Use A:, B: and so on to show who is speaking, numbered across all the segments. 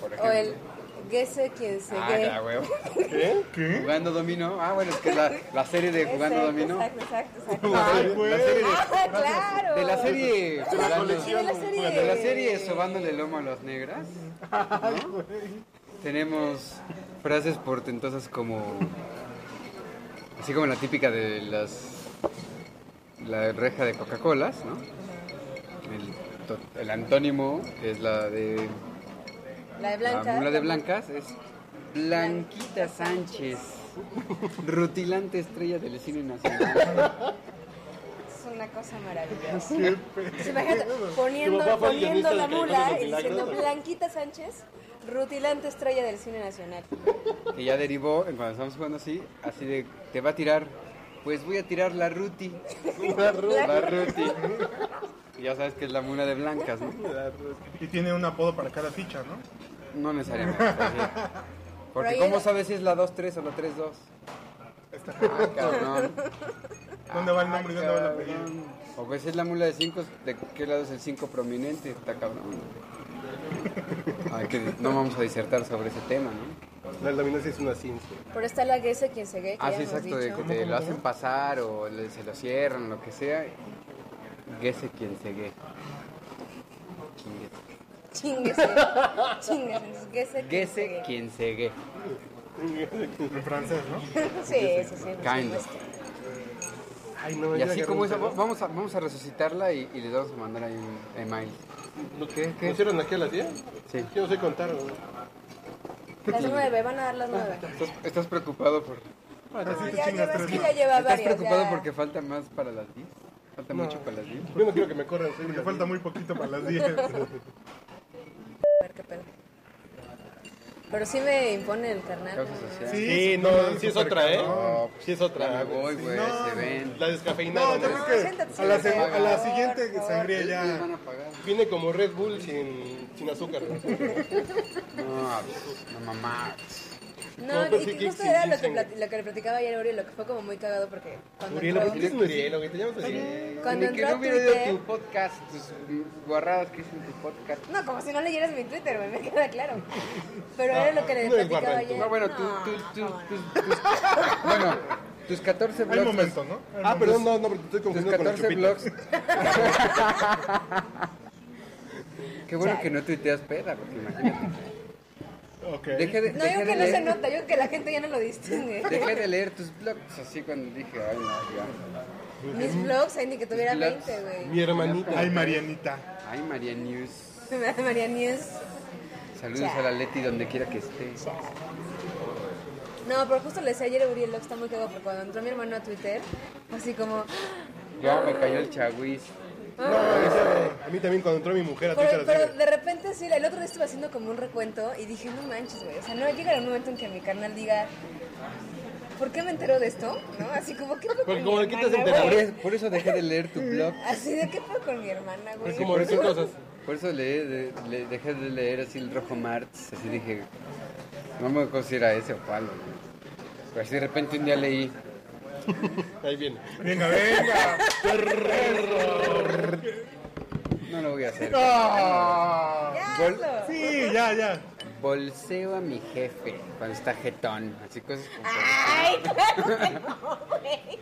A: por
B: O
A: ejemplo.
B: el guese quien se E.
A: Ah,
B: gue.
A: la huevo.
C: ¿Qué? ¿Qué?
A: Jugando dominó. Ah, bueno, es que la, la serie de Jugando
B: Exacto,
A: dominó.
B: Exacto, exacto, exacto.
A: La serie-
C: güey.
A: la serie de-
B: Ah, claro.
A: de la serie
B: De la
A: Jugando-
B: serie.
A: de la serie sobándole el lomo a las negras. ¿no? Tenemos frases portentosas como así como la típica de las la reja de Coca-Colas, ¿no? El, to- el antónimo es la de la
B: La de Blanca.
A: mula Ah, de blancas es Blanquita Sánchez. Rutilante estrella del cine nacional.
B: Es una cosa maravillosa. Sí, imagínate, poniendo,
C: papá fue el
B: poniendo
C: guionista
B: la
C: de Caifanes
B: mula
C: de
B: y diciendo
C: Milagros.
B: Blanquita Sánchez, rutilante estrella del cine nacional.
A: Que ya derivó, en cuando estamos jugando así, así de, te va a tirar, pues voy a tirar la Ruti.
C: Una ruda.
A: La Ruti. Y ya sabes que es la mula de blancas, ¿no?
D: Y tiene un apodo para cada ficha, ¿no?
A: No necesariamente. sí.
B: Pero
A: Porque
B: ahí
A: ¿cómo
B: era-
A: sabes si es la 2-3 o la 3-2? Ah, cabrón.
D: ¿Dónde va el nombre y dónde va el apellido?
A: Cabrón. O pues es la mula de 5, ¿de qué lado es el 5 prominente? Está cabrón. Ay, que no vamos a disertar sobre ese tema, ¿no?
C: La laminancia es una ciencia.
B: Pero está la guese quien se gue, que
A: Ah,
B: ya
A: sí,
B: hemos
A: exacto, de que
B: dicho.
A: te lo hacen pasar o le- se lo cierran, lo que sea. Guese quien se gue. Chingue.
B: Chinguese. Chinguese. Guese E, quien se
A: Guese
B: gue.
A: E, quien se gue.
D: En francés, ¿no?
B: Sí, sí, sí. por
A: Kind of.
B: supuesto.
C: Ay, no,
A: Y
C: ya
A: así
C: Pues agarré
A: como
C: un
A: esa,
C: pedo.
A: va- vamos a, vamos a resucitarla y, y les vamos a mandar ahí un email.
C: ¿Lo
A: ¿Qué?
C: ¿Lo
A: ¿Qué?
C: hicieron aquí a las 10?
A: Sí.
C: Yo no sé contar, güey.
B: Las nueve, van a dar las nueve.
A: ¿Estás, estás preocupado por...
D: Ahora
B: No,
D: sí te
B: ya
D: chingas
B: llevas
D: tres.
B: que
D: ¿no?
B: ya lleva
A: ¿Estás
B: varias.
A: preocupado
B: ya.
A: porque falta más para las 10? ¿Falta mucho para las 10?
C: Yo no quiero que me corran, soy
D: Porque
C: una
D: falta muy poquito para las 10.
B: A ver qué pedo. Pero sí me impone el carnal.
A: Causa
B: ¿no?
A: social.
C: Sí, no, sí es otra, ¿eh?
A: No, pues,
C: Sí es otra.
A: Ya me voy, güey,
D: no,
A: se ven.
C: La
D: No,
C: descafeinada.
D: yo
C: ¿no?
D: creo que
B: siéntate,
D: a la,
B: siéntate,
D: segu-
B: por
D: a la
B: favor,
D: siguiente
B: por favor.
D: sangría
A: Ellos van
D: ya.
A: a pagar.
C: Viene como Red Bull sin, sin azúcar. güey.
A: No, pues, no mamá.
B: No,
C: No, pues sí
B: y
C: que
B: justo
C: sí,
B: era
C: sí,
B: lo, que
C: sí.
B: plati- lo que le platicaba ayer a Urielo, que fue como muy cagado porque cuando
C: Urielo,
B: entró-
C: ¿por qué es Urielo, güey? Te llamas Urielo.
B: Cuando
A: Ni que
B: entró
A: no
B: a
A: hubiera ido
B: Twitter-
A: tu podcast, tus mm, guarradas que hiciste en tu podcast.
B: No, como si no leyeras mi Twitter, güey, me queda claro. Pero era lo que le
C: no eres
B: platicaba
C: guarrante.
B: ayer.
A: No, bueno, tú,
B: Eh, No,
A: tú, tú,
B: no, no.
A: tus- tus- bueno, tus 14 blogs...
D: Hay momento, ¿no? Hay
C: Ah,
D: momento.
C: perdón, no, no, porque te estoy
A: Tus
C: confundiendo con el
A: 14
C: chupito.
A: blogs. Qué bueno que no tuiteas peda, porque imagínate.
D: Ok.
A: Dejé de,
B: No, yo
A: dejé de
B: creo que no se
A: leer,
B: nota, yo creo que la gente ya no lo distingue.
A: dejé de leer tus blogs así cuando dije, ay, no, ya.
B: Mis vlogs, ay, ni que tuviera
A: Mis
B: 20,
A: vlogs.
B: güey.
C: Mi hermanita.
D: Ay, Marianita.
A: Ay, María News.
B: María Nieves.
A: Saludos a la Leti donde quiera que esté.
B: No, pero justo le decía ayer a Uriel que está muy cagado porque cuando entró mi hermano a Twitter, así como...
A: Ya me cayó el chagüis.
C: No, esa- a mí también cuando entró mi mujer a Twitter
B: Pero,
C: así,
B: pero
C: güey.
B: de repente sí, el otro día estuve haciendo como un recuento y dije, no manches, güey. O sea, no llega un momento en que mi carnal diga, ¿por qué me entero de esto? ¿No? Así como, ¿qué fue
C: Porque
B: con
C: como
B: mi
C: le quitas
B: hermana,
C: el
A: Por,
B: güey?
A: es- por eso dejé de leer tu blog.
B: Así de, ¿qué fue con mi hermana, güey?
C: Como
A: por,
C: de qué
A: eso,
C: cosas.
A: por eso le, de- le- dejé de leer así el rojo Marx. Así dije, no me acuerdo si era ese o cuál. güey. Pero así de repente un día leí.
C: Ahí viene.
D: Venga, venga.
A: No lo voy a hacer.
D: Ah.
B: Ya,
A: Gol-
B: hazlo.
D: Sí, ya, ya.
A: Bolseo a mi jefe cuando está jetón. Así cosas como.
B: Ay, claro que no, güey.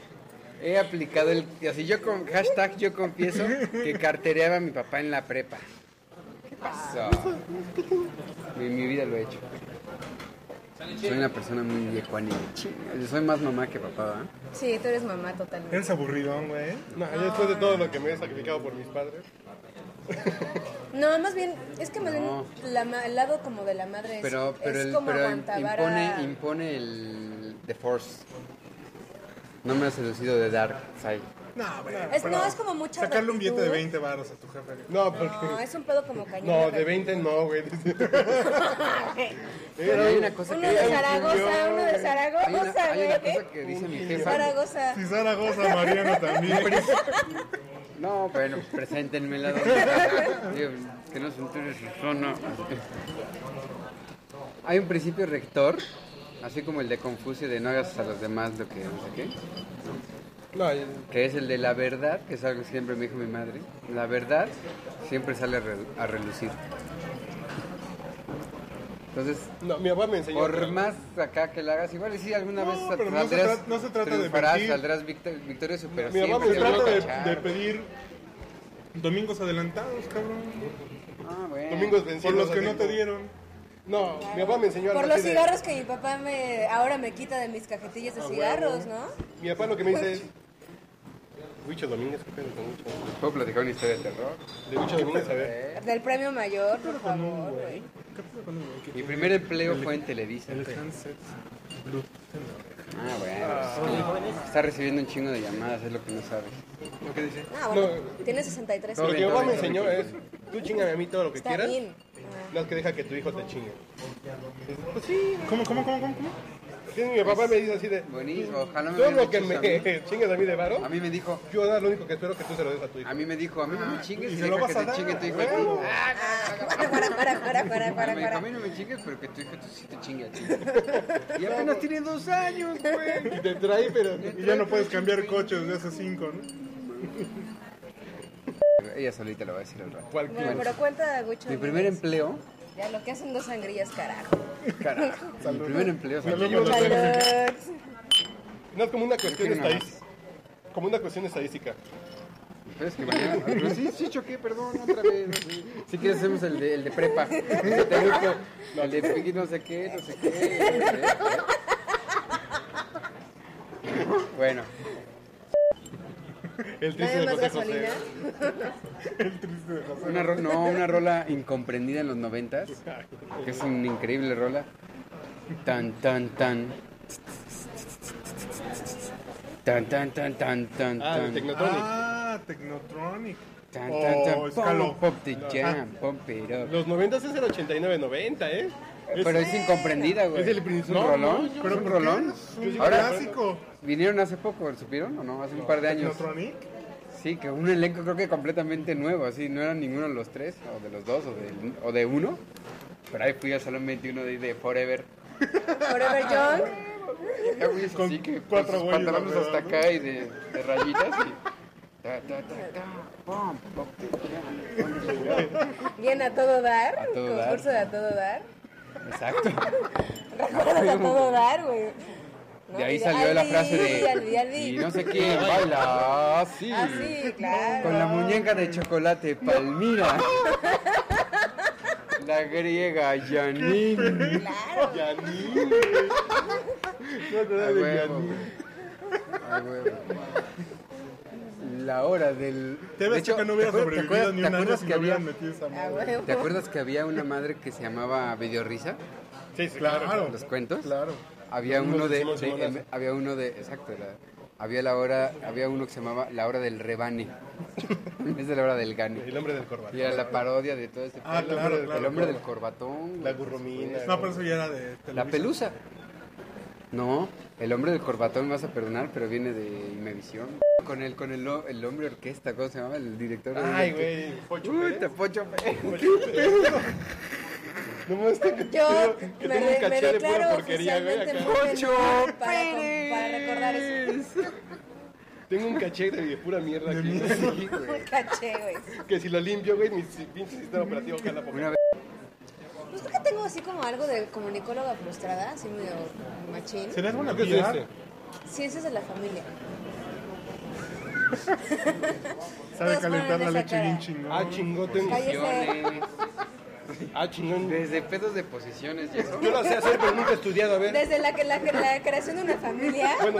A: He aplicado el. Así yo con. Hashtag yo confieso que cartereaba a mi papá en la prepa. ¿Qué pasó? Mi, mi vida lo he hecho. Soy una persona muy viejuanil. Chinga, Yo soy más mamá que papá, ¿verdad?
B: Sí, tú eres mamá totalmente.
D: Eres aburridón, güey.
C: No, ya después de todo lo que me he sacrificado por mis padres.
B: No, más bien, es que más
A: No.
B: bien la ma- el lado como de la madre es,
A: Pero, pero,
B: es
A: el-
B: como
A: pero
B: aguantabara.
A: impone, impone el. The Force. No me ha seducido de Dark Side.
D: No, güey.
B: Es-
D: pero
B: no, es como mucha
D: Sacarle un billete de
B: actitud.
D: 20 baros a tu jefe. güey.
C: No,
B: No,
C: porque...
B: es un pedo como cañón.
C: No, de 20 no, güey.
A: Pero hay una cosa
B: Uno
A: que.
B: de
A: Hay
B: Zaragoza, uno de
A: una,
B: Zaragoza,
A: hay una cosa
B: güey.
A: que dice mi jefa.
B: Zaragoza.
D: Si Zaragoza, Mariana también.
A: No, bueno, preséntenmela. don. Digo, que no se entere su sono. Hay un principio rector, así como el de Confucio, de no hagas a los demás lo que no sé qué,
C: No, ya-
A: que es el de la verdad, que es algo que siempre me dijo mi madre. La verdad siempre sale a re- a relucir. Entonces,
C: No, mi papá me enseñó.
A: por más acá que la hagas, igual y sí, alguna
D: No,
A: vez
D: pero no se
A: saldrás-
D: tra- no se trata de
A: triunfarás,
D: mentir.
A: saldrás victo- victorioso, pero
C: Mi papá
A: siempre
C: me
A: te van a
C: trata de,
A: cachar.
D: de pedir domingos adelantados, cabrón.
A: Ah, bueno.
C: Domingos
D: Por
C: vencidos.
D: los que
C: así
D: no te
C: como-
D: dieron.
C: No, mi papá me enseñó algo
B: Por los
C: así de-
B: cigarros que mi papá me ahora me quita de mis cajetillas
A: Ah,
B: de cigarros, ¿no?
C: Mi papá lo que me dice es. Huicho Domínguez, ¿qué pedo con Huicho?
A: ¿Puedo platicar una historia de terror?
C: De Huicho Domínguez, a ver.
B: Del premio mayor, por favor, güey.
D: ¿Qué pasa con el güey que
A: Mi primer empleo fue en Televisa.
D: El handset Blue.
A: Ah, bueno. pues, Está recibiendo un chingo de llamadas, es lo que no sabes.
C: ¿Lo que dice?
B: Ah, bueno, tiene 63
C: Lo
B: años.
C: que mi papá me enseñó es: tú chingame a mí todo lo que
B: Está
C: quieras.
B: bien.
C: No que deja que tu hijo te chingue. Pues
D: ¿Cómo, cómo, cómo, cómo? cómo?
C: Sí, mi papá me dice así de.
A: Buenísimo, ojalá me
C: Todo
A: hubieras
C: lo que
A: dicho
C: me
A: eso a mí.
C: chingues a mí de varo,
A: A mí me dijo,
C: yo ahora lo único que espero es que tú se lo des a tu hijo.
A: a mí me dijo, a mí no me chingues,
D: y
A: y
D: se lo
A: deja que
D: vas a
A: te
D: dar,
A: chingue tu hijo.
D: huevo.
A: Ah,
B: Ah, para, para, para, para, para,
A: me dijo, a
B: para.
A: mí no me chingues, pero que tu hijo tú sí te chingue a ti. Y apenas tiene dos años, güey.
C: Y te trae, pero.
D: Y ya no puedes cambiar coche desde hace cinco, ¿no?
A: Ella solita lo va a decir al rato.
B: Bueno, pero cuenta, Gucho.
A: Mi primer empleo,
B: Ya, lo que hacen dos sangrías, carajo.
A: carajo, mi primer empleo,
D: Saludos.
B: Salud.
C: No es como una cuestión
A: Yo quiero una
C: estadística. Como una cuestión estadística.
A: Pero es que mañana. Pero sí, sí choqué, perdón, otra vez. así. Si quieres, hacemos el de, el de prepa. Ese te gusta. El de piqui, no sé qué, no sé qué. Bueno,
C: El triste
B: Nada
C: de
B: más
C: José
B: gasolina.
C: José.
A: una, ro- no, una rola incomprendida en los noventas. Que es una increíble rola. Tan, tan, tan. Tan, tan, tan, tan, tan,
C: Ah, el
A: tan.
C: Technotronic.
D: Ah, Technotronic.
A: Tan,
D: Oh,
A: tan, tan.
D: escaló.
A: Pop, pop, the jam, pump it up.
C: Los 90 es el 89-90, ¿eh?
A: Pero es incomprendida, güey.
C: Es el principal.
A: un
C: No,
A: rolón.
C: no, yo-
A: ¿Es
D: ¿por
A: un
D: qué?
A: rolón.
D: Es un
A: Ahora, pues,
D: clásico.
A: vinieron hace poco, ¿supieron o no? Hace un par de años.
D: Technotronic.
A: Sí, que un elenco creo que completamente nuevo, así. No eran ninguno de los tres, o de los dos, o de, o de uno. Pero ahí fui al salón 21 de, de Forever.
B: Forever Young.
A: Ya, güey,
D: Con
A: así que
D: cuatro
A: con sus
D: güeyes
A: pantalones
D: apenas,
A: hasta
D: ¿no?
A: acá y de, de rayitas y... Ta, ta, ta, ta, pom, pom, te, ya, pom,
B: Bien a todo dar.
A: A todo dar.
B: concurso de a todo dar.
A: ya. Exacto.
B: Recuerdos a todo dar, güey. ¿No?
A: De ahí
B: Y
A: salió la
B: Aldi,
A: frase
B: Aldi,
A: de...
B: Aldi.
A: Y no sé quién baila así.
B: Ah, sí, claro.
A: Con la muñeca de chocolate, Palmira. La griega, Janine.
B: Claro.
C: Oh, Yanin. No acordaba
A: A
C: de
A: huevo,
C: Yanin.
A: güey. A huevo. La hora del.
D: Te ves que no hubiera
A: ¿te acuerdas- te
D: sobrevivido
A: acuerdas- te
D: ni un año
A: acuerdas
D: si
A: que
D: no hubieran
A: había-
D: metido esa
B: A
D: madre.
B: huevo.
A: ¿Te acuerdas que había una madre que se llamaba Videorrisa?
C: Sí, sí, claro.
D: Claro.
A: ¿Los cuentos?
D: Claro.
A: Había
C: Unos
A: uno de,
C: decimos
A: de-
C: semanas.
A: em,
D: ¿eh?
A: había uno de, exacto, la- había la hora, había uno que se llamaba la hora del rebane, en vez de la hora del gane.
C: El hombre del corbata.
A: Y era la parodia de todo este
D: Ah,
A: pedo.
D: claro,
A: El
D: claro,
A: hombre
D: claro.
A: del corbatón.
C: La
A: güey.
C: gurrumina.
D: No, pero eso ya era de
A: La
D: Televisa.
A: pelusa. No, el hombre del corbatón me vas a perdonar, pero viene de Imevisión. Con el, con el, o- el hombre orquesta, ¿cómo se llamaba? El director.
C: Ay, güey. ¿eh? Pocho
A: Uy,
C: Pérez.
A: te pocho. Pérez.
C: No me gusta que
B: Yo
C: que
B: me,
C: tengo un
B: re- me
C: caché de pura
B: declaro
C: porquería, güey.
B: oficialmente
C: acá.
B: muy
A: Pocho
B: feliz para, com-
A: Pérez.
B: para recordar eso.
C: Tengo un caché de pura mierda aquí.
A: Sí, güey.
B: Un caché, güey.
C: Que si lo limpio, güey, mi si- pinche sistema operativo jala porque
A: Una vez
B: Pues creo que tengo así como algo de comunicóloga frustrada, así medio machín.
D: ¿Serías buena
C: ¿Qué es
D: PR?
C: este?
B: Ciencias de la familia.
D: Sabe
B: Todos
D: calentar
B: ponen
D: la
B: esa
D: leche
B: cara.
D: bien chingón.
C: Ah, chingón, tengo.
B: Cállese.
C: Ah, chingón.
A: desde pedos de posiciones y eso.
C: Yo lo sé hacer, pero nunca he estudiado, a ver.
B: Desde la, que- la, que- la creación de una familia.
C: Bueno,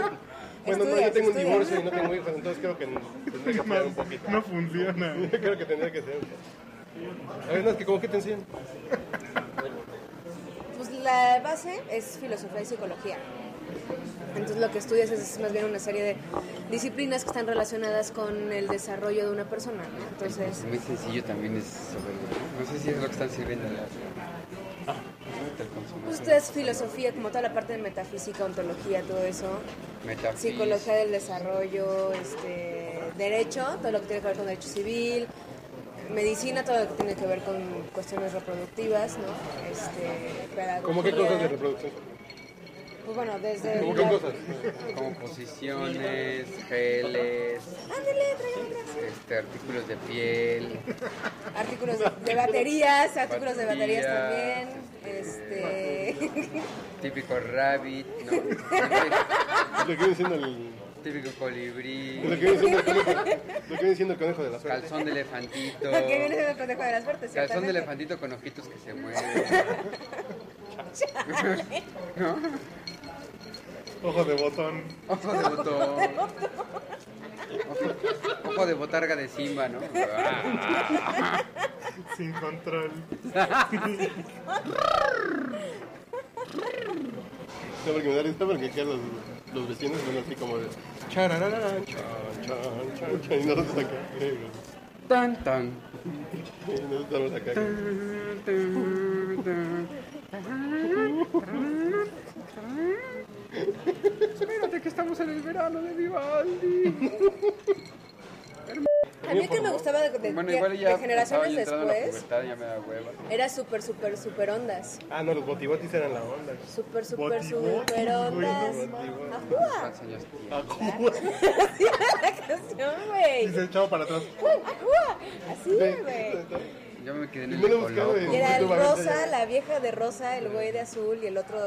C: bueno no,
B: Estudias,
C: yo tengo un
B: estudias.
C: divorcio y no tengo hijos, entonces creo que tendré que estudiar un poquito.
D: No funciona.
C: Yo creo que tendría que ser. A ver, no, es que como que te enseñan.
B: Pues la base es filosofía y psicología. Entonces lo que estudias es más bien una serie de disciplinas que están relacionadas con el desarrollo de una persona, ¿no? Entonces,
A: Muy sencillo también es sobre No sé si es lo que están sirviendo.
B: Ah.
A: Ah,
B: pues tú es filosofía, como toda la parte de metafísica, ontología, todo eso. Psicología del desarrollo, este, derecho, todo lo que tiene que ver con derecho civil, medicina, todo lo que tiene que ver con cuestiones reproductivas, ¿no? Este, pedagogía.
C: ¿Cómo qué cosas de reproducción?
B: Pues bueno, desde...
C: ¿Cómo qué
B: la-
C: cosas?
A: Como posiciones, geles,
B: Ándale, tráigame otra.
A: este, artículos de piel.
B: Artículos de, de baterías, artículos de baterías
A: Baterías,
B: también.
A: este,
B: Este.
A: Típico rabbit, ¿no?
C: Es lo que viene siendo el.
A: Típico
C: es lo
A: colibrí,
C: que viene siendo el conejo. Lo que viene siendo el conejo de la suerte.
A: calzón de elefantito.
B: Lo que viene siendo el conejo de las suerte,
A: Calzón de
B: ciertamente.
A: elefantito con ojitos que se mueven.
D: Ojo de botón.
A: Ojo de botón. Ojo, ojo de botarga de Simba, ¿no?
D: Sin control.
C: Está porque me da risa porque acá los, los vecinos son así como de. Charararán, chan, chan, chan, chan. Y nosotros acá. eh,
A: Tan, tan.
C: güey. Y nosotros estamos acá. güey.
A: Espérate que estamos en el verano de Vivaldi.
B: A mí que me gustaba de, de-
A: Bueno,
B: de-
A: igual
B: de
A: ya estaba
B: generaciones
A: yo entrando en la
B: después
A: pubertad, ya me da hueva.
B: era súper, súper, súper ondas.
C: Ah, no, los botibotis eran la onda. güey.
B: Súper, súper,
D: Boti, boti,
B: súper ondas.
D: güey,
B: ¡Ajúa!
A: ¿Cuántos años tienes?
C: Ah, ¿cómo?
B: Así era la canción, güey.
D: Y se echaba para atrás.
B: ¡Ajúa! Así, güey.
C: Pero
A: Yo me quedé en
C: No
A: el
C: lo
A: eco
C: buscaba,
A: loco.
C: güey.
B: Y Era el
C: Últimamente
B: rosa,
C: ya-
B: la vieja de rosa, el güey de azul y el otro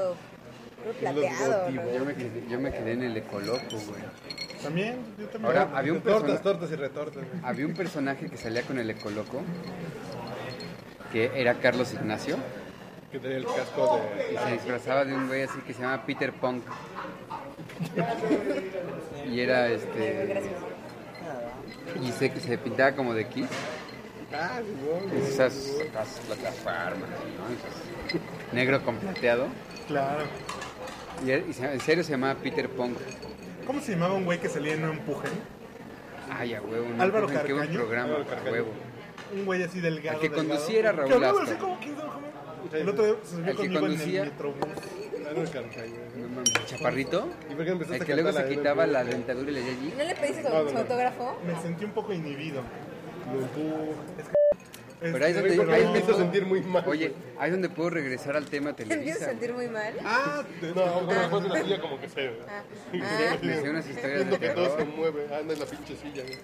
B: otro plateado. ¿no?
A: Yo me quedé, yo me quedé en el ecoloco, güey.
D: También, yo también.
A: Ahora, había un, persona-
C: Tortas, tortas y retortas. güey.
A: había un personaje que salía con el ecoloco, que era Carlos Ignacio,
C: Que tenía el casco de.
A: y se disfrazaba de un güey así que se llama Peter Punk. Y era
B: Ay, güey,
A: este.
B: gracias.
A: Y se, se pintaba como de Kiss.
C: Ah, sí, güey, güey.
A: Esas esas plataformas, ¿no? Esas- Negro con plateado.
D: Claro.
A: Y, él- y se- en serio se llamaba Peter Punk.
D: ¿Cómo se llamaba un güey que salía en un empuje?
A: Ay, a huevo, no.
D: Álvaro
A: Qué buen
D: Carcaño.
A: programa,
C: Álvaro
A: a
C: Carcaño.
A: huevo.
D: Un güey así delgado.
A: El que
D: delgado.
A: conduciera Raúl
D: Que hablaba
A: Astor.
D: así como que, como- El otro día se
A: El que
D: subió conmigo
A: conducía.
D: en el metrobús.
C: Ah, no, carcaño, güey.
A: No mames, Chaparrito.
C: ¿Y por qué empezaste
A: El
C: a
A: que luego
C: cantar
A: se
C: la
A: quitaba
C: LP?
A: la dentadura y le decía,
B: ¿No le pediste su,
C: No, no,
B: su
C: no.
B: autógrafo?
D: Me sentí un poco inhibido.
C: Lo empujo.
A: Pero ahí es
D: Este,
A: donde
D: pero
A: ahí
C: Ahí
A: no.
C: me hizo sentir muy mal.
A: Oye, ahí es donde puedo regresar al tema
B: ¿Te empiezas a
A: Televisa.
B: sentir muy mal?
C: Ah, no, bueno, después de la silla como que se ve.
B: Ah.
A: Me sé unas historias de
C: Siento que todo se
A: terror.
C: mueve. Ah, no, es la pinche silla. güey.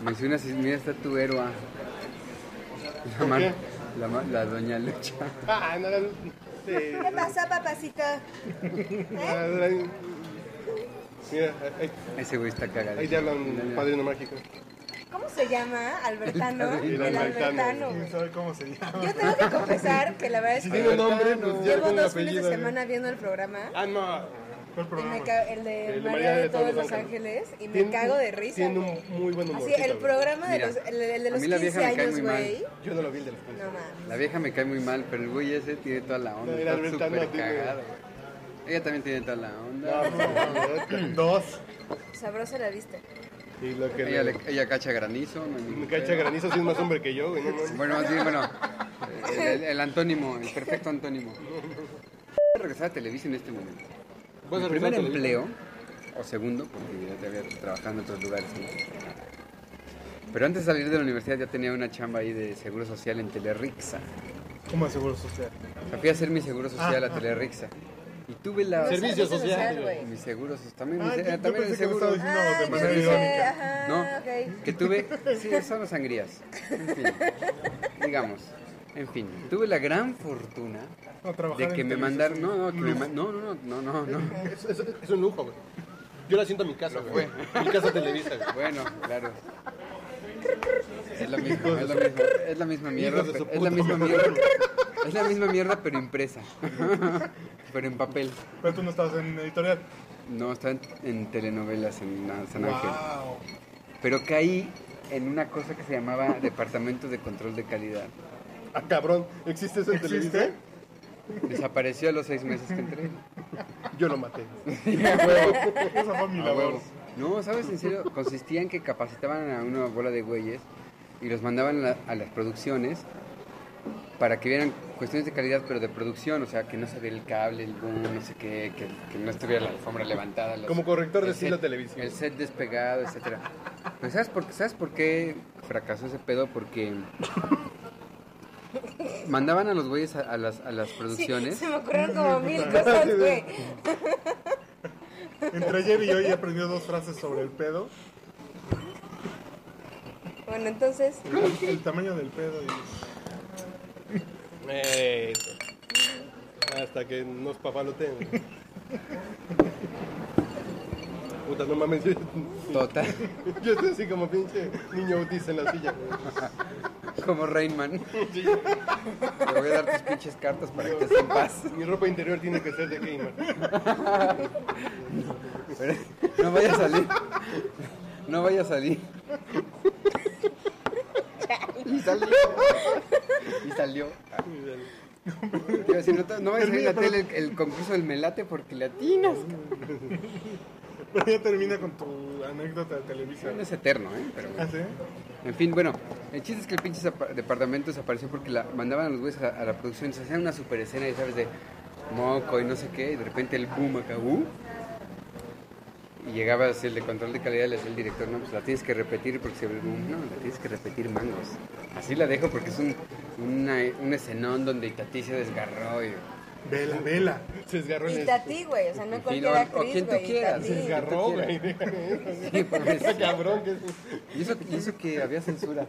A: Me sé unas mira está tu héroe. La,
C: ¿Por
A: man-
C: qué?
A: la, ma- la doña Lucha.
C: Ah, no, no, sí.
B: ¿Qué pasa, papacita?
C: Ah, no, no. Mira, ahí,
A: Ese güey está cagado.
C: ahí te hablan padrino mágico.
B: ¿Cómo se llama? ¿Albertano?
A: El
B: El
C: Albertano.
B: Albertano.
D: ¿Quién
B: güey.
D: sabe cómo se llama?
B: Yo tengo que confesar que la verdad es
C: Si
B: que
C: tiene nombre, pues ya le
B: llevo
C: pongo el
B: dos fines
C: apellido.
B: de
C: güey.
B: semana viendo el programa.
C: Ah, no.
D: ¿Cuál
B: y me
D: programa?
B: ca- el de
C: El de
B: María de todos los ángeles. Y me
C: Tiene-
B: cago de risa.
C: Tiene
B: güey.
C: un muy buen humor.
B: Así, el programa de
A: Mira,
B: los, el, el de
A: a
B: los
A: mí la vieja
B: 15
A: me cae
B: años,
A: muy mal.
B: güey.
C: Yo no lo vi el de los
B: No mames.
A: La vieja me cae muy mal, pero el güey ese tiene toda la onda.
C: No, era
A: Está
C: Albertano,
A: súper
C: tiene-
A: cagado. Ella también tiene toda la onda.
C: No,
D: Dos.
B: Sabrosa la vista.
C: Y lo que
A: Ella,
C: le,
A: le- ella cacha granizo. no hay ningún
C: me cacha
A: pedo.
C: granizo si es más hombre que yo, güey. No, mames.
A: Bueno, más bien, bueno. El, el antónimo, el perfecto antónimo. Voy a regresar a Televisa en este momento.
C: Vas a
A: Mi Pues, primer
C: regresar a Televisa.
A: empleo, o segundo, porque ya te había trabajado en otros lugares. ¿no? Pero antes de salir de la universidad ya tenía una chamba ahí de seguro social en Telerixa.
D: ¿Cómo de seguro social?
A: O sea, fui a hacer mi seguro
D: Ah,
A: social a Telerixa. Y tuve la...
B: No,
C: Servicio social,
B: güey.
A: Mis seguros, también,
D: Ah,
A: mis- eh,
D: yo- yo
A: también el
D: pensé que me
A: seguro.
D: estabas diciendo
B: Ah,
D: de
B: yo
D: manera
B: dije,
D: irónica.
B: ajá,
A: No,
B: ok.
A: que tuve, sí, son las sangrías. En fin, digamos, en fin, tuve la gran fortuna
D: No, trabajar
A: de que
D: en
A: me
D: televisión.
A: mandaron, no, no, que me man- no, no, no, no, no, no.
C: Es, es- es un lujo, güey. Yo la siento en mi casa, güey. Mi casa televisa, güey.
A: Bueno, claro. Es la misma, es la misma, es la misma mierda,
C: Hijos de su
A: pero- es la
C: puta
A: misma
C: madre.
A: mierda, es la misma mierda pero impresa, pero en papel.
D: Pero tú no estabas en editorial.
A: No, está en, en telenovelas en San Ángel.
D: Wow.
A: Pero caí en una cosa que se llamaba Departamento de Control de Calidad.
C: Ah, cabrón, ¿existe eso en
D: ¿Existe?
C: televisa?
A: Desapareció a los seis meses que entré.
C: Yo lo maté.
D: Esa fue mi
A: A
D: labor.
A: huevo. No, ¿sabes? En serio, consistía en que capacitaban a una bola de güeyes y los mandaban a, a las producciones para que vieran cuestiones de calidad, pero de producción, o sea, que no se ve el cable, el boom, no sé qué, que, que no estuviera la alfombra levantada. los-
C: Como corrector de
A: el
C: estilo
A: set-
C: televisivo.
A: El set despegado, etcétera. Pero ¿sabes por, qué- ¿sabes por qué fracasó ese pedo? Porque mandaban a los güeyes a, a las, a las
B: Sí,
A: producciones.
B: se me ocurrieron como mil cosas, güey.
D: Entre ayer y hoy he aprendido dos frases sobre el pedo.
B: Bueno, entonces,
D: El, el tamaño del pedo y...
C: Eso. Eh, Hasta que nos papaloteen. Puta, no mames. Yo,
A: Total.
C: yo estoy así como pinche niño autista en la silla.
A: Como Rainman.
C: Sí.
A: Te voy a dar tus pinches cartas para que estés en paz.
C: Mi ropa interior tiene que ser de gamer.
A: Pero no vaya a salir. No vaya a salir. Y salió. Y salió. Te iba a decir, no, te- no vaya a salir en la tele el, el concurso del melate porque le atinas. cabrón.
D: Pero ya termina con tu anécdota de Televisa.
A: Es eterno, ¿eh? Pero bueno.
D: ¿Ah, sí?
A: En fin, bueno, el chiste es que el pinche zapa- departamento desapareció porque la mandaban a los güeyes a, a la producción, se hacían una super escena, ya sabes, de moco y no sé qué, y de repente el boom acá, uh, y llegabas el de control de calidad, le decía el director, no, pues la tienes que repetir porque se ve el boom, no, la tienes que repetir mangos. Así la dejo porque es un, una, un escenón donde Itatí se desgarró y...
D: Vela, vela.
C: Se desgarró
B: Y
C: en el...
B: Tati, güey, o sea, no
A: Sí,
B: cualquier
A: o- o
B: actriz,
A: quien tú
B: güey.
A: quieras.
B: Tati.
C: Se desgarró,
A: Sí,
C: güey.
A: Sí, pobrecito.
C: Está cabrón que es.
A: Y eso, y eso que había censura.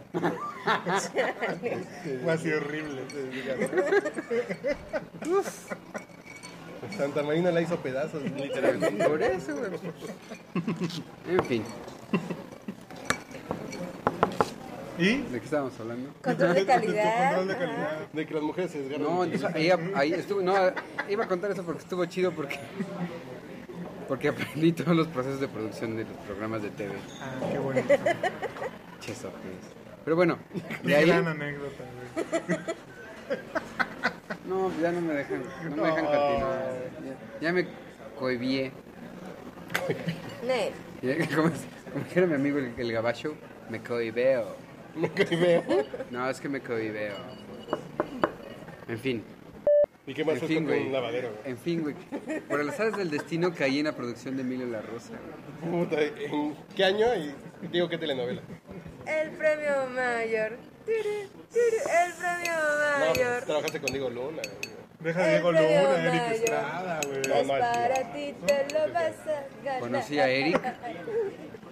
D: Fue así horrible.
C: Se desgarró. Santa Marina la hizo pedazos, literalmente.
A: Por eso, güey. En fin,
D: ¿Y?
A: ¿de qué estábamos hablando?
B: Control de calidad.
D: Control de
B: ajá.
D: calidad.
C: De que las mujeres se desgarran.
A: No, entonces ahí, ahí estuvo, no, iba a contar eso porque estuvo chido porque porque aprendí todos los procesos de producción de los programas de TV.
D: Ah, qué bonito.
A: Che, sopas. Pero bueno, de
D: Qué
A: ahí
D: gran anécdota, güey.
A: no, ya no me dejan, no me dejan continuar. Ya, ya me cohibié.
B: Nel,
A: Ya, Como, como dijera mi amigo el, el gabacho, me cohibeo.
C: Me caí veo.
A: No, es que me cohibeo. En fin.
C: ¿Y qué más
A: en
C: es
A: fin,
C: con
A: güey.
C: un lavadero, güey?
A: En fin, güey. Por las aves del destino caí en la producción de Emilio La Rosa. güey.
C: Puta, ¿en qué año? Y digo, ¿qué telenovela?
B: el premio mayor. Tiri, tiri, El premio
C: No, pues,
B: mayor.
C: trabajaste con Diego Luna. güey.
D: Deja a
B: El
D: Diego
B: premio
D: Luna, Eric
B: mayor.
D: Estrada, güey.
B: Es
C: no,
B: para ti, te lo vas a ganar.
A: Conocí a Eric.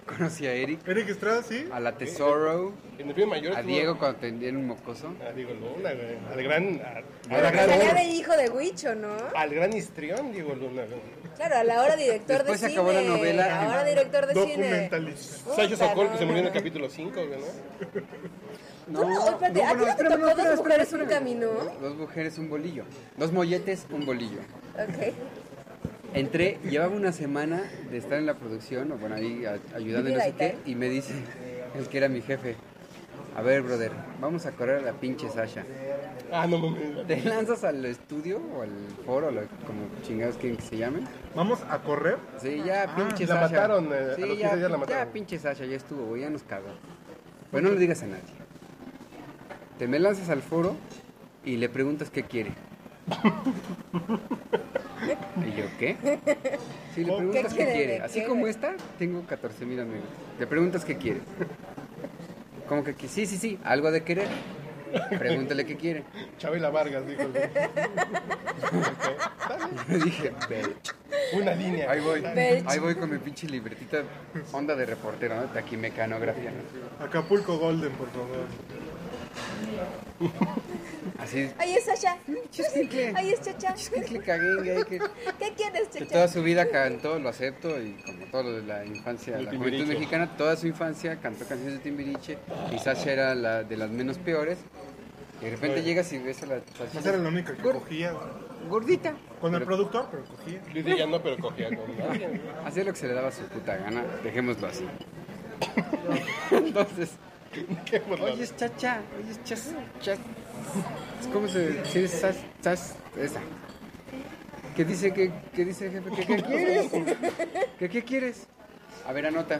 A: Conocí a Eric,
D: Eric Estrada, sí.
A: a la Tesoro,
C: En el primer mayor
A: a
C: estuvo-
A: Diego cuando tendían un mocoso.
C: A Diego Luna, güey. Al gran... a- a la
B: Pero que
C: gran-
B: salía de hijo de Huicho, ¿no?
C: al gran histrión, Diego Luna, güey.
B: Claro, a la hora director
A: Después
B: de
A: se acabó la
B: cine.
A: novela.
B: Ahora director de cine.
D: Documentalista.
B: Puta,
C: Sancho Sokol, que
B: no,
C: se murió en
B: no,
C: el
B: no.
C: capítulo 5, güey, ¿no?
B: No, espérate, ¿a ti no te
A: espérame,
B: tocó
A: espérame,
B: dos mujeres
A: espérame, espérame.
B: un camino?
A: Dos mujeres, un bolillo. Dos molletes, un bolillo.
B: Ok.
A: Entré, llevaba una semana de estar en la producción, o bueno, ahí a- ayudando y no sé qué, y me dice el que era mi jefe, a ver, brother, vamos a correr a la pinche Sasha.
C: Ah, no mames.
A: Te lanzas al estudio o al foro, o lo- como chingados quieren que se llamen.
D: Vamos a correr.
A: Sí, ya, pinche
C: Ah, la
A: Sasha.
C: mataron, eh, a
A: sí,
C: los 15
A: ya,
C: días la mataron.
A: Ya, pinche Sasha, ya estuvo, güey, ya nos cagó. Pues no le digas a nadie. Te me lanzas al foro y le preguntas qué quiere. ¿Y yo qué? Sí, le preguntas qué,
B: quiere?
A: quiere.
B: ¿De
A: Así
B: qué?
A: como esta, tengo 14 mil amigos. Le preguntas qué quiere. Como que qui- sí, sí, sí, algo de querer. Pregúntale qué quiere.
C: Chabela Vargas, dijo. güey.
A: Yo dije, "Ve".
C: Una línea.
A: Ahí voy,
B: Belch.
A: ahí voy con mi pinche libretita onda de reportero, ¿no? Taquimecanografía, ¿no?
D: Acapulco Golden, por favor.
A: Así
B: Ahí es Sasha.
A: Chisquicle.
B: Ahí es Chacha.
A: Es que le cagué, güey, que,
B: ¿Qué quieres,
A: que
B: Chacha?
A: toda su vida cantó, lo acepto, y como todo lo de la infancia,
C: El
A: la juventud
C: Timbiriche.
A: mexicana, toda su infancia cantó canciones de Timbiriche, y Sasha era la de las menos peores, y de repente llegas y ves a la Sasha
D: Esa era la única que
A: Gor-
D: cogía. güey.
A: gordita,
D: Con el
A: pero
D: productor, pero cogía.
C: Luis de no, pero cogía con nadie, güey.
A: hacía lo que se le daba su puta gana, dejémoslo así. Entonces,
C: Qué morro.
A: oye, es chacha, oye, es chas, chas. Es como se si es sas, sas, esa. ¿Qué dice, que, que dice el jefe? ¿Qué, qué quieres? ¿Qué, ¿Qué quieres? A ver, anota.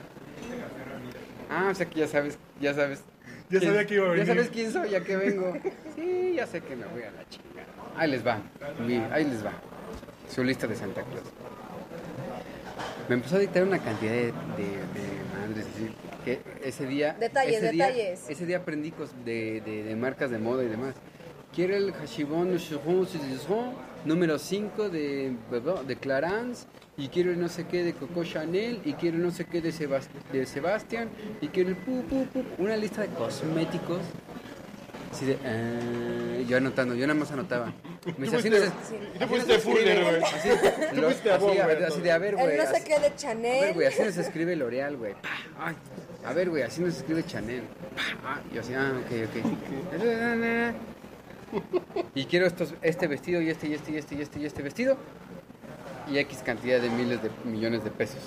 A: Ah, o sea que ya sabes, ya sabes.
D: Ya
A: quién-
D: sabía que iba a venir.
A: Ya sabes quién soy, ya que vengo. Sí, ya sé que me voy a la chingada. Ahí les va, mi- ahí les va. Su lista de Santa Claus. Me empezó a dictar una cantidad de, de, de madres, así que ese día...
B: Detalles,
A: ese
B: detalles.
A: Día, ese día aprendí cos- de, de- de marcas de moda y demás. Quiero el Hashibon de Chiron, Chiron, número 5 de, de Clarins, y quiero el no sé qué de Coco Chanel, y quiero el no sé qué de, Sebas- de Sebastián, y quiero el pu, pu, pu, una lista de cosméticos. Así de, ah, eh, yo anotando, yo nada más anotaba. Me
C: Tú
A: dice, así no
C: fuiste-
A: se-
B: Sí.
C: Y
A: así no
C: tú
A: se
C: fuiste
A: escribe.
C: fuller, güey.
A: Así, lo-
C: Tú fuiste a
A: así,
C: bomba,
A: a ver,
C: todo.
A: así de, a ver, güey.
B: El no sé
A: así-
B: qué de
A: A ver, güey,
B: Chanel.
A: así nos escribe L'Oreal, güey. Pa, ay. A ver, güey, así nos escribe Chanel. Pa, ah. Yo así, ah, ok, ok. Y quiero estos, este vestido y este y este y este y este y este vestido. Y X cantidad de miles de millones de pesos.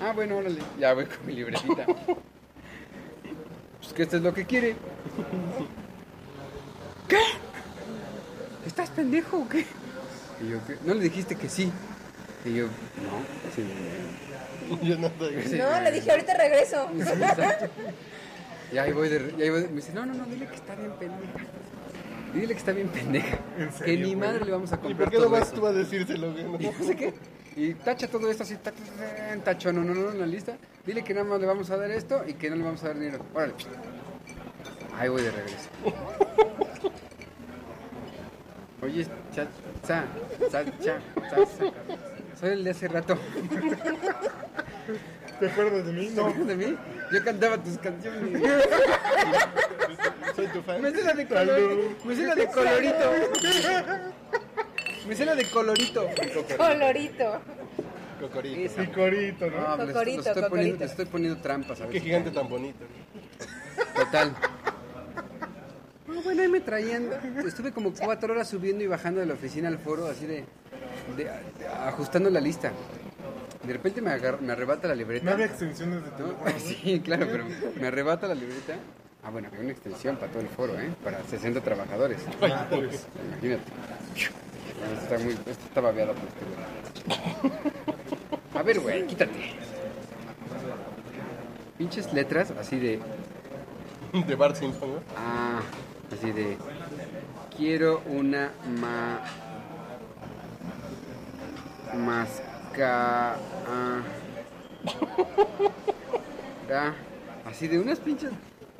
A: Ah, bueno, órale. Ya voy con mi libretita. Pues que esto es lo que quiere. ¿Qué? ¿Estás pendejo o qué? Y yo, ¿qué? ¿no le dijiste que sí? Y yo, no. Sí,
C: Yo no sé.
A: Sí.
B: No, le dije, ahorita regreso.
A: Y ahí voy de... y ahí voy de- me dice, no, no, no, dile que está bien pendeja. Dile que está bien pendeja.
D: ¿En
A: que
D: serio,
A: ni
D: güey?
A: madre le vamos a comprar
C: ¿Y por qué
A: todo
C: no vas
A: esto.
C: tú a decírselo, güey? No?
A: Y no sé qué. Y tacha todo esto así, tacha, tacha, tacho, no, no, no, en la lista. Dile que nada más le vamos a dar esto y que no le vamos a dar dinero. Órale. psh. Ahí voy de regreso. Oye, cha, cha, cha, cha, cha, cha. Soy el de hace rato.
D: ¿Te acuerdas de mí?
A: ¿Te
D: No.
A: acuerdas de mí? Yo cantaba tus canciones.
C: Soy tu fan.
A: Me hice la de colorito. Me hice la de colorito. Me hice la de colorito.
B: Colorito.
C: Cocorito.
A: Esa.
D: Picorito,
A: No,
D: ¿no?
A: le estoy, le
B: Cocorito,
A: estoy poniendo,
B: cocorito.
A: le estoy poniendo trampas. A ver
C: Qué
A: si
C: gigante tan bonito.
A: Total. No, bueno, ahí me traían. Estuve como cuatro horas subiendo y bajando de la oficina al foro, así de. de- de- ajustando la lista. De repente me, agar- me arrebata la libreta.
D: No había extensiones de
A: ¿no?
D: teléfono. güey.
A: Ah, Sí, claro, pero me arrebata la libreta. Ah, bueno, hay una extensión para todo el foro, ¿eh? Para 60 trabajadores.
D: Madres.
A: Imagínate. No, Esto está, muy, esto está babeado por este güey. A ver, güey, quítate. Pinches letras así de
C: De Bart Simpson, ¿no?
A: Ah, así de. Quiero una ma. Masca. ah, da, así de unas pinches.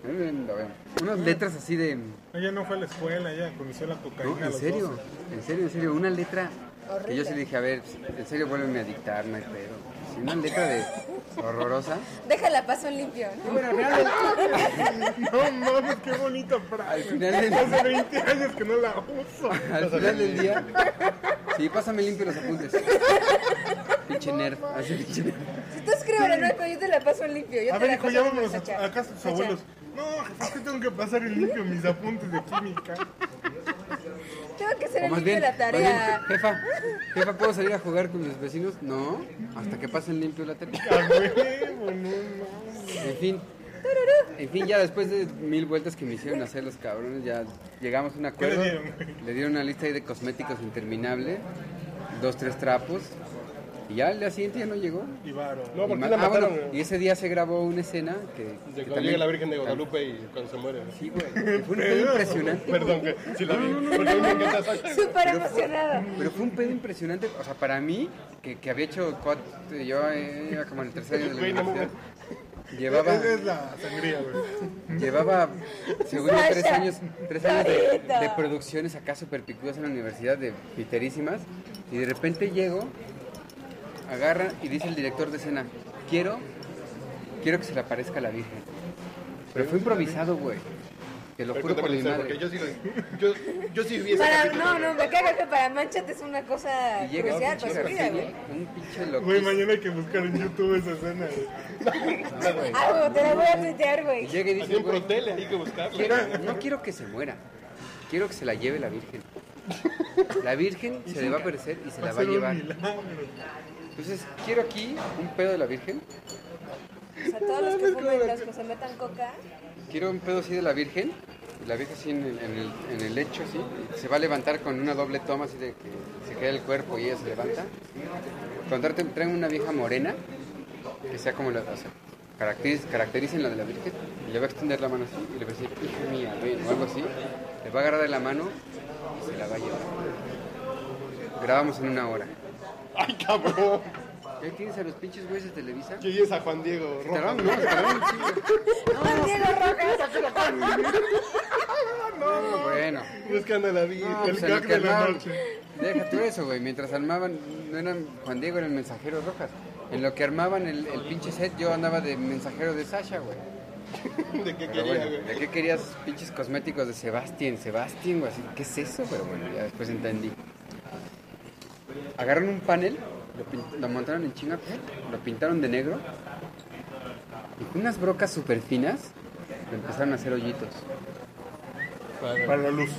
A: a ver, a ver, Unas letras así de. ¿no?
D: Ella no fue a la escuela, ella conoció la cocaína. a
A: en
D: los
A: serio,
D: 12.
A: en serio, en serio. Una letra. Que yo
B: Horrible.
A: sí le dije, a ver, pues, en serio, vuélveme a dictar, no hay pedo. Sí, una letra de. horrorosa.
B: Déjala paso en limpio.
A: Y bueno, al final del-
D: No mames, qué bonita
A: Al
D: frase.
A: final del-
D: Hace 20 años que no la uso.
A: Al final del día. Sí, pásame limpio los apuntes. Pinche nerd. Así pinche nerd.
B: Si tú escribes en blanco, yo te la paso en limpio. Yo
D: A
B: te
D: ver,
B: la
D: hijo,
B: paso en limpio,
D: llámanos
B: Sacha.
D: a- acá a sus
B: Sacha.
D: abuelos. No, jefe, es que tengo que pasar el limpio mis apuntes de química.
B: Tengo que hacer
A: O
B: el
A: más
B: limpio
A: bien,
B: de la
A: más bien,
B: tarea.
A: jefa, jefa, ¿puedo salir a jugar con mis vecinos? No, hasta que pasen limpio la tele.
D: A huevo, no, no.
A: En fin, en fin, ya después de mil vueltas que me hicieron hacer los cabrones, ya llegamos a un
D: ¿Qué le
A: acuerdo.
D: dieron, güey?
A: Le dieron una lista ahí de cosméticos interminable, dos, tres trapos, y ya al día siguiente ya no llegó.
D: Y varo.
C: No,
A: Y
C: porque
A: ma-
C: la
A: ah, bueno,
C: mataron.
A: y
C: güey.
A: ese día se grabó una escena que, que
C: De cuando llega la Virgen de Guadalupe y cuando se muere. güey.
A: Sí, güey, que fue un pedo impresionante.
C: Perdón, güey. Sí la vi. Porque a mí me encanta esa
B: Súper emocionada.
A: Pero fue un pedo impresionante, o sea, para mí, que, que había hecho cuatro, yo eh, iba como en el tercer año de la
C: Güey, no
A: universidad, llevaba,
D: Esa es la sangría, güey.
A: llevaba, según yo, tres
B: Sasha,
A: años, tres años de,
B: Sarita.
A: de producciones acá súper picudas en la universidad, de piterísimas, y de repente llego, agarra y dice el director de escena, quiero, quiero que se le aparezca la Virgen. Pero fue improvisado, güey. Te lo
C: Pero
A: juro por
C: cuéntame
A: mi
C: la historia,
A: madre.
C: porque yo sí lo- yo- Yo sí vi ese
B: Para,
C: capítulo.
B: no, no, me caga que para Manchate es una cosa
A: Y llega un
B: crucial
A: pinche
B: para su vida, pues güey.
A: Garcinia, un pinche
D: Güey,
A: loquísimo.
D: mañana hay que buscar en YouTube esa escena, güey.
B: Ah, güey, te la voy a tuitear,
A: Y
B: güey.
A: llega y
C: Así
A: dice,
C: en
A: güey,
C: Protele hay que buscarlo.
A: quiero- no quiero que se muera, quiero que se la lleve la Virgen. La Virgen se le va a aparecer y se la va a
D: ser un
A: llevar.
D: milagro.
A: Entonces, quiero aquí un pedo de la Virgen,
B: O sea, todos los que fumen, los que se metan coca,
A: quiero un pedo así de la Virgen, y la Virgen así en el, en el- en el lecho, así, y se va a levantar con una doble toma así de que se queda el cuerpo y ella se levanta. Contarte, traen una vieja morena, que sea como la, o sea, caracteriz- caractericen la de la Virgen, y le va a extender la mano así, y le va a decir, hija mía, ven, o algo así, le va a agarrar de la mano y se la va a llevar. Grabamos en una hora.
C: Ay, cabrón.
A: ¿Ya tienes a los pinches güeyes de Televisa?
C: Yo vi esa Juan Diego. Rojas.
A: Tardaron, no, tardaron un chingo.
B: ¡Juan Diego Rojas!
A: No, bueno.
C: Buscando a la Virgen.
A: No,
D: el
A: pues en lo
D: crack
A: que
D: de la
A: armaban-
D: noche.
A: Deja tú eso, güey. Mientras armaban, no eran Juan Diego, era el mensajero Rojas. En lo que armaban el, el pinche set, yo andaba de mensajero de Sasha, güey.
C: ¿De qué
A: Pero
C: quería,
A: bueno,
C: güey?
A: ¿de qué querías pinches cosméticos de Sebastián? Sebastián, güey, así, ¿qué es eso? Pero bueno, ya después entendí. Agarraron un panel, lo, pin- lo montaron en chinga, lo pintaron de negro y con unas brocas súper finas le empezaron a hacer hoyitos.
C: Para-
D: Para la luz.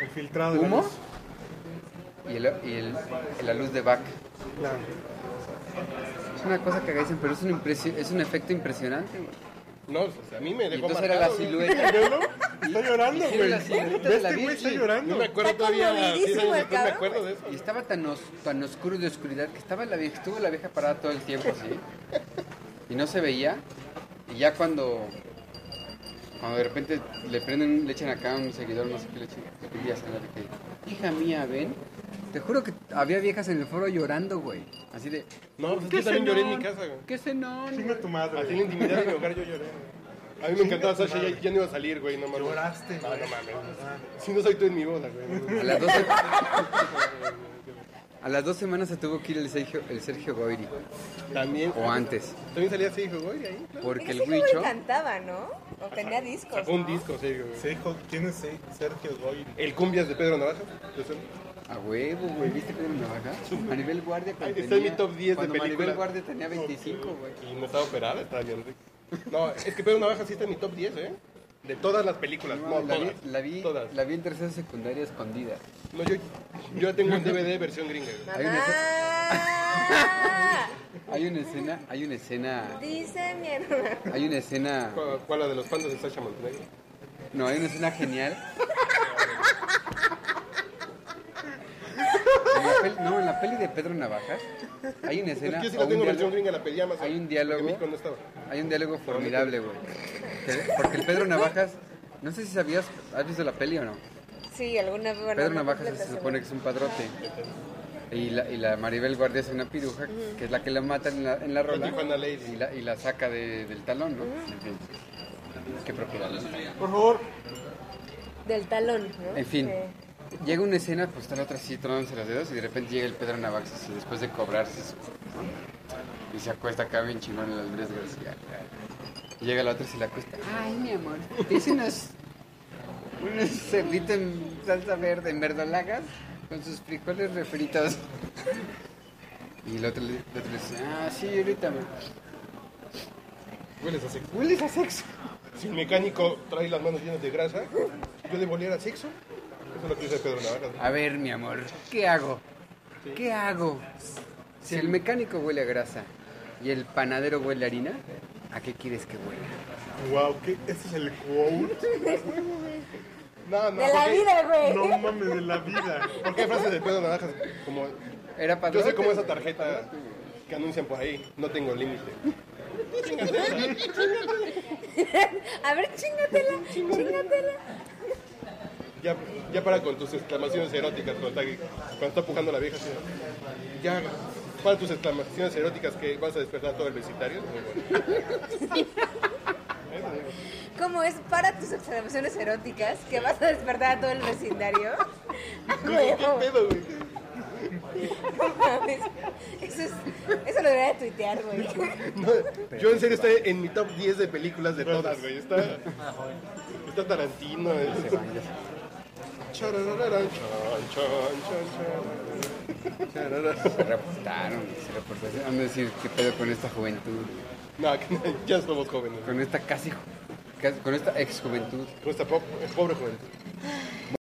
D: El filtrado. de la
A: ¿Humo?
D: luz.
A: Y, el, y el- la luz de back.
D: La-
A: Es una cosa que dicen, pero es un, impresi- es un efecto impresionante, güey.
C: No, o sea, a mí me
A: Y
C: dejó
A: entonces era la
C: marcado, güey.
A: silueta.
D: Velo, Está llorando,
A: Hicieron
D: güey.
A: la silueta
D: Ve
A: de la
D: Este güey
A: Virgen.
D: está
C: No
D: llorando.
C: me acuerdo
B: Está
C: todavía.
B: conmovidísimo
C: sí,
B: el
C: no me
B: cabrón,
C: acuerdo de eso.
A: Y estaba tan, os- tan oscuro de oscuridad que estaba la vieja, estuvo la vieja parada todo el tiempo así. Y no se veía. Y ya cuando, cuando de repente le prenden, le echan acá a un seguidor, no sé qué le echan, le pedí a Sandra que, hija mía, ven. Te juro que había viejas en el foro llorando, güey. Así de,
C: No, pues
A: ¿Qué
C: yo también
A: señor?
C: lloré en mi casa, güey.
A: ¿qué cenón?
D: Chinga tu madre.
C: Así en la intimidad de mi hogar yo lloré. güey. A mí me encantaba Sasha, ya, ya no iba a salir, güey, no mames.
D: Lloraste,
C: No,
D: güey.
C: no mames. Si no soy tú en mi boda, güey.
A: A las dos, a las dos semanas se tuvo que ir el Sergio, el Sergio Goyri,
C: También.
A: o antes,
C: También salía así, hijo, güey, ahí. claro.
A: porque el
B: Ese joven
A: huicho...
B: cantaba, ¿no? O tenía discos.
C: Sacó un
B: ¿no?
C: disco, sí, güey.
D: Sejo, ¿Quién es Se- Sergio Goy?
C: El Cumbias de Pedro Navaja. ¿te suena?
A: A huevo, güey, ¿viste Pedro Navaja? Maribel Guardia cuando
C: Está en mi top 10 de
A: cuando Maribel
C: películas.
A: Guardia tenía 25, güey.
C: Y no estaba operada, estaba bien rico. No, es que Pedro Navaja sí está en mi top 10, ¿eh? De todas las películas,
A: No,
C: no,
A: la, vi,
C: todas.
A: la, vi,
C: Todas.
A: la vi en tercera secundaria escondida.
C: No, yo, yo ya tengo un DVD versión gringa. güey.
A: Hay una
B: ¡Mamá!
A: Hay una escena, hay una escena,
B: Dice mi hermana.
A: hay una escena,
C: ¿Cuál, cuál, la de los pandas de Sasha Montenegro?
A: no, hay una escena genial. En la peli- no, en la peli de Pedro Navajas hay una
C: Es
A: escena,
C: que yo sí
A: o
C: la
A: un
C: tengo versión
A: diálogo-
C: gringa, la pedí a Amazon.
A: hay un
C: porque
A: diálogo,
C: México no estaba.
A: hay un diálogo formidable, güey. Que- Porque el Pedro Navajas, no sé si sabías, ¿has visto la peli o no?
B: Sí, alguna vez. bueno,
A: Pedro
B: no
A: Navajas
B: completa,
A: se supone que es un padrote. Y la, y la Maribel Guardia es una piruja, que es la que la mata en la, en la rola.
C: Tijuana Lady.
A: Y la, y la saca de- del talón, ¿no? En fin. Qué propiedad. ¿no?
D: Por favor.
B: según- Del talón, ¿no?
A: En fin.
B: Sí.
A: Llega una escena, pues está la otra así tronándose los dedos y de repente llega el Pedro Navajas así, después de cobrarse su- y se acuesta acá bien chingón el Andrés García. Y llega la otra y se la acuesta. Ay, mi amor, te hice unos, unos cerditos en salsa verde, en verdolagas, con sus frijoles refritos. Y el otro, le- el otro le dice, ah, sí, ahorita, amor".
C: Hueles a sexo.
A: hueles a sexo.
C: Si el mecánico trae las manos llenas de grasa, yo le volviera a sexo. Eso es lo que dice Pedro Navaja.
A: A ver, mi amor, ¿qué hago? ¿Qué hago? Si el mecánico huele a grasa y el panadero huele a harina, ¿a qué quieres que huela?
D: Wow, ¿qué? ¿Ese es el quote?
C: No, no.
B: De la
C: porque-
B: vida, güey.
D: No mames, de la vida.
C: Porque hay frases de Pedro Navajas como...
A: Era
C: Yo
A: padrote.
C: sé cómo esa tarjeta que anuncian por ahí. No tengo límite.
B: A ver, chingatela, chingatela.
C: Ya, ya para con tus exclamaciones eróticas cuando está, cuando está pujando la vieja. así, ¿no? Ya para tus exclamaciones eróticas que vas a despertar a todo el vecindario.
B: ¿Cómo es para tus observaciones eróticas que vas a despertar a todo el vecindario?
C: Güey, ¿Qué
B: Güey,
C: pedo, güey?
B: no mames. Eso, es, eso lo debería tuitear, güey.
C: No, yo en serio estoy en mi top 10 de películas de todas, güey. Está, está Tarantino. es- Charararán, chan, chan, chan, chan. Charararán.
A: Se reportaron, se reportaron. Han de decir qué pedo con esta juventud,
C: No, que- ya somos jóvenes.
A: con esta casi, ju- casi- con esta ex juventud.
C: Con esta po- pobre juventud.